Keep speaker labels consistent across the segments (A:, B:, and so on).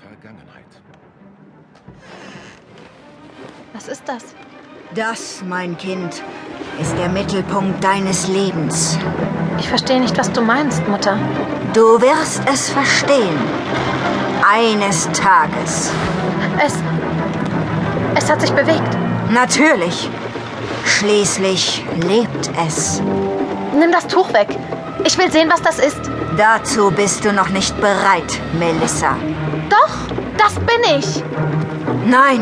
A: Vergangenheit.
B: Was ist das?
C: Das, mein Kind, ist der Mittelpunkt deines Lebens.
B: Ich verstehe nicht, was du meinst, Mutter.
C: Du wirst es verstehen. Eines Tages.
B: Es. Es hat sich bewegt.
C: Natürlich. Schließlich lebt es.
B: Nimm das Tuch weg. Ich will sehen, was das ist.
C: Dazu bist du noch nicht bereit, Melissa.
B: Doch, das bin ich.
C: Nein,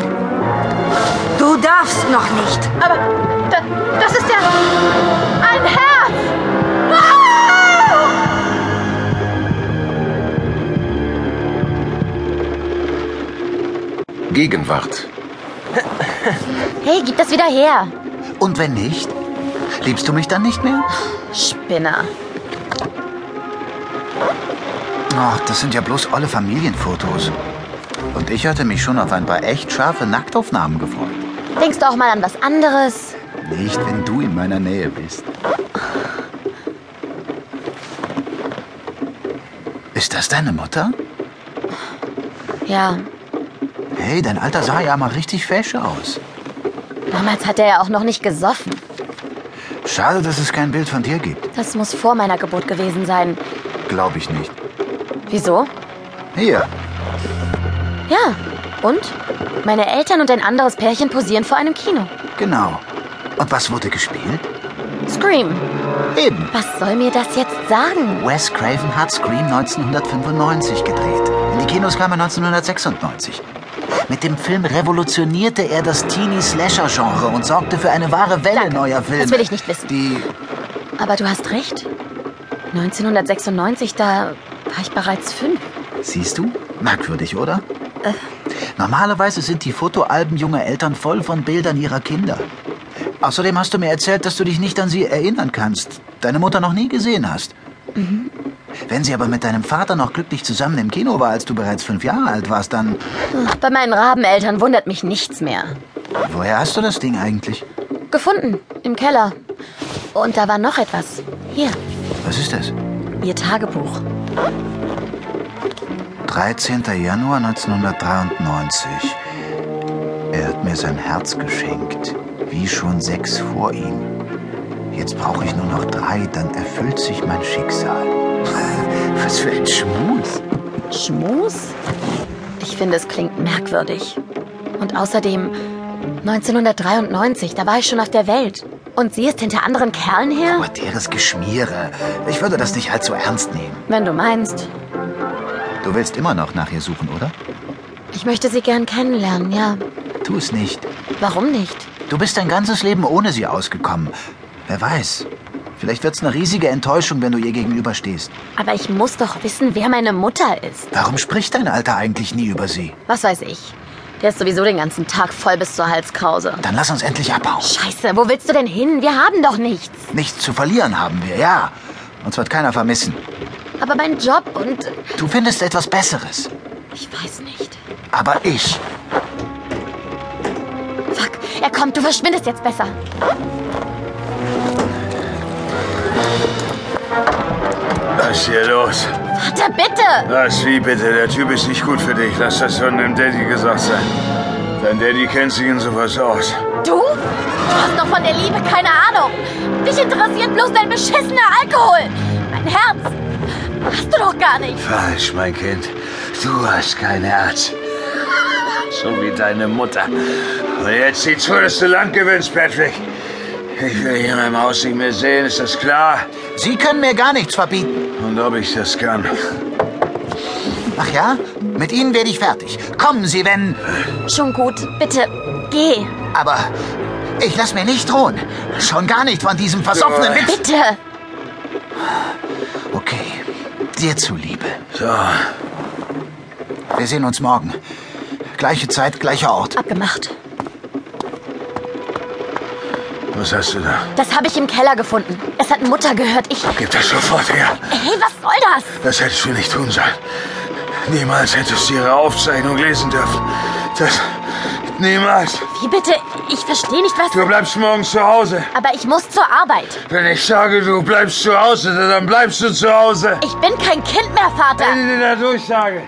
C: du darfst noch nicht.
B: Aber da, das ist ja ein Herz. Ah!
A: Gegenwart.
B: Hey, gib das wieder her.
D: Und wenn nicht? Liebst du mich dann nicht mehr?
B: Spinner.
D: Ach, das sind ja bloß alle Familienfotos. Und ich hatte mich schon auf ein paar echt scharfe Nacktaufnahmen gefreut.
B: Denkst du auch mal an was anderes?
D: Nicht, wenn du in meiner Nähe bist. Ist das deine Mutter?
B: Ja,
D: Hey, dein Alter sah ja mal richtig fesch aus.
B: damals hat er ja auch noch nicht gesoffen.
D: Schade, dass es kein Bild von dir gibt.
B: Das muss vor meiner Geburt gewesen sein.
D: Glaube ich nicht.
B: Wieso?
D: Hier,
B: Ja. Und? Meine Eltern und ein anderes Pärchen posieren vor einem Kino.
D: genau. Und was wurde gespielt?
B: Scream.
D: Eben.
B: Was soll mir das jetzt sagen?
D: Wes Craven hat Scream 1995 gedreht. In die Kinos kam er 1996. Mit dem Film revolutionierte er das Teenie-Slasher-Genre und sorgte für eine wahre Welle
B: Danke.
D: neuer Filme.
B: Das will ich nicht wissen.
D: Die
B: Aber du hast recht. 1996, da war ich bereits fünf.
D: Siehst du? Merkwürdig, oder? Normalerweise sind die Fotoalben junger Eltern voll von Bildern ihrer Kinder. Außerdem hast du mir erzählt, dass du dich nicht an sie erinnern kannst, deine Mutter noch nie gesehen hast.
B: Mhm.
D: Wenn sie aber mit deinem Vater noch glücklich zusammen im Kino war, als du bereits fünf Jahre alt warst, dann...
B: Bei meinen Rabeneltern wundert mich nichts mehr.
D: Woher hast du das Ding eigentlich?
B: Gefunden, im Keller. Und da war noch etwas. Hier,
D: Was ist das?
B: ihr Tagebuch.
D: 13. Januar 1993. Er hat mir sein Herz geschenkt, wie schon sechs vor ihm. Jetzt brauche ich nur noch drei, dann erfüllt sich mein Schicksal. Was für ein Schmus.
B: Schmus? Ich finde, es klingt merkwürdig. Und außerdem, 1993, da war ich schon auf der Welt. Und sie ist hinter anderen Kerlen her?
D: Quartäres Geschmiere. Ich würde das nicht allzu ernst nehmen.
B: Wenn du meinst.
D: Du willst immer noch nach ihr suchen, oder?
B: Ich möchte sie gern kennenlernen, ja.
D: Tu es nicht.
B: Warum nicht?
D: Du bist dein ganzes Leben ohne sie ausgekommen. Wer weiß. Vielleicht wird's eine riesige Enttäuschung, wenn du ihr gegenüberstehst.
B: Aber ich muss doch wissen, wer meine Mutter ist.
D: Warum spricht dein Alter eigentlich nie über sie?
B: Was weiß ich. Der ist sowieso den ganzen Tag voll bis zur Halskrause.
D: Dann lass uns endlich abhauen.
B: Scheiße, wo willst du denn hin? Wir haben doch nichts.
D: Nichts zu verlieren haben wir, ja. Uns wird keiner vermissen.
B: Aber mein Job und...
D: Du findest etwas Besseres.
B: Ich weiß nicht.
D: Aber ich.
B: Fuck, er kommt, du verschwindest jetzt besser.
E: Was ist hier los?
B: Warte, bitte!
E: Was, wie bitte? Der Typ ist nicht gut für dich. Lass das von deinem Daddy gesagt sein. Dein Daddy kennt sich in sowas aus.
B: Du? Du hast doch von der Liebe keine Ahnung. Dich interessiert bloß dein beschissener Alkohol. Mein Herz. Hast du doch gar nicht.
E: Falsch, mein Kind. Du hast kein Herz. So wie deine Mutter. Und jetzt sieh zu, dass du Land gewinnst, Patrick. Ich will hier in meinem Haus nicht mehr sehen, ist das klar?
D: Sie können mir gar nichts verbieten.
E: Und ob ich das kann.
D: Ach ja? Mit Ihnen werde ich fertig. Kommen Sie, wenn.
B: Schon gut. Bitte, geh.
D: Aber ich lasse mir nicht drohen. Schon gar nicht von diesem versoffenen Witz.
B: Bitte.
D: Okay. Dir zuliebe.
E: So,
D: Wir sehen uns morgen. Gleiche Zeit, gleicher Ort.
B: Abgemacht.
E: was hast du da?
B: Das habe ich im Keller gefunden. Es hat Mutter gehört. Ich.
E: Gib das sofort her.
B: Hey, was soll das?
E: Das hättest du nicht tun sollen. Niemals hättest du ihre Aufzeichnung lesen dürfen. Das. Niemals.
B: Wie bitte? Ich verstehe nicht, was.
E: Du bleibst morgen zu Hause.
B: Aber ich muss zur Arbeit.
E: Wenn ich sage, du bleibst zu Hause, dann bleibst du zu Hause.
B: Ich bin kein Kind mehr, Vater.
E: Wenn ich dir da durchsage.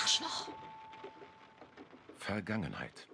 F: Arschloch.
E: Vergangenheit.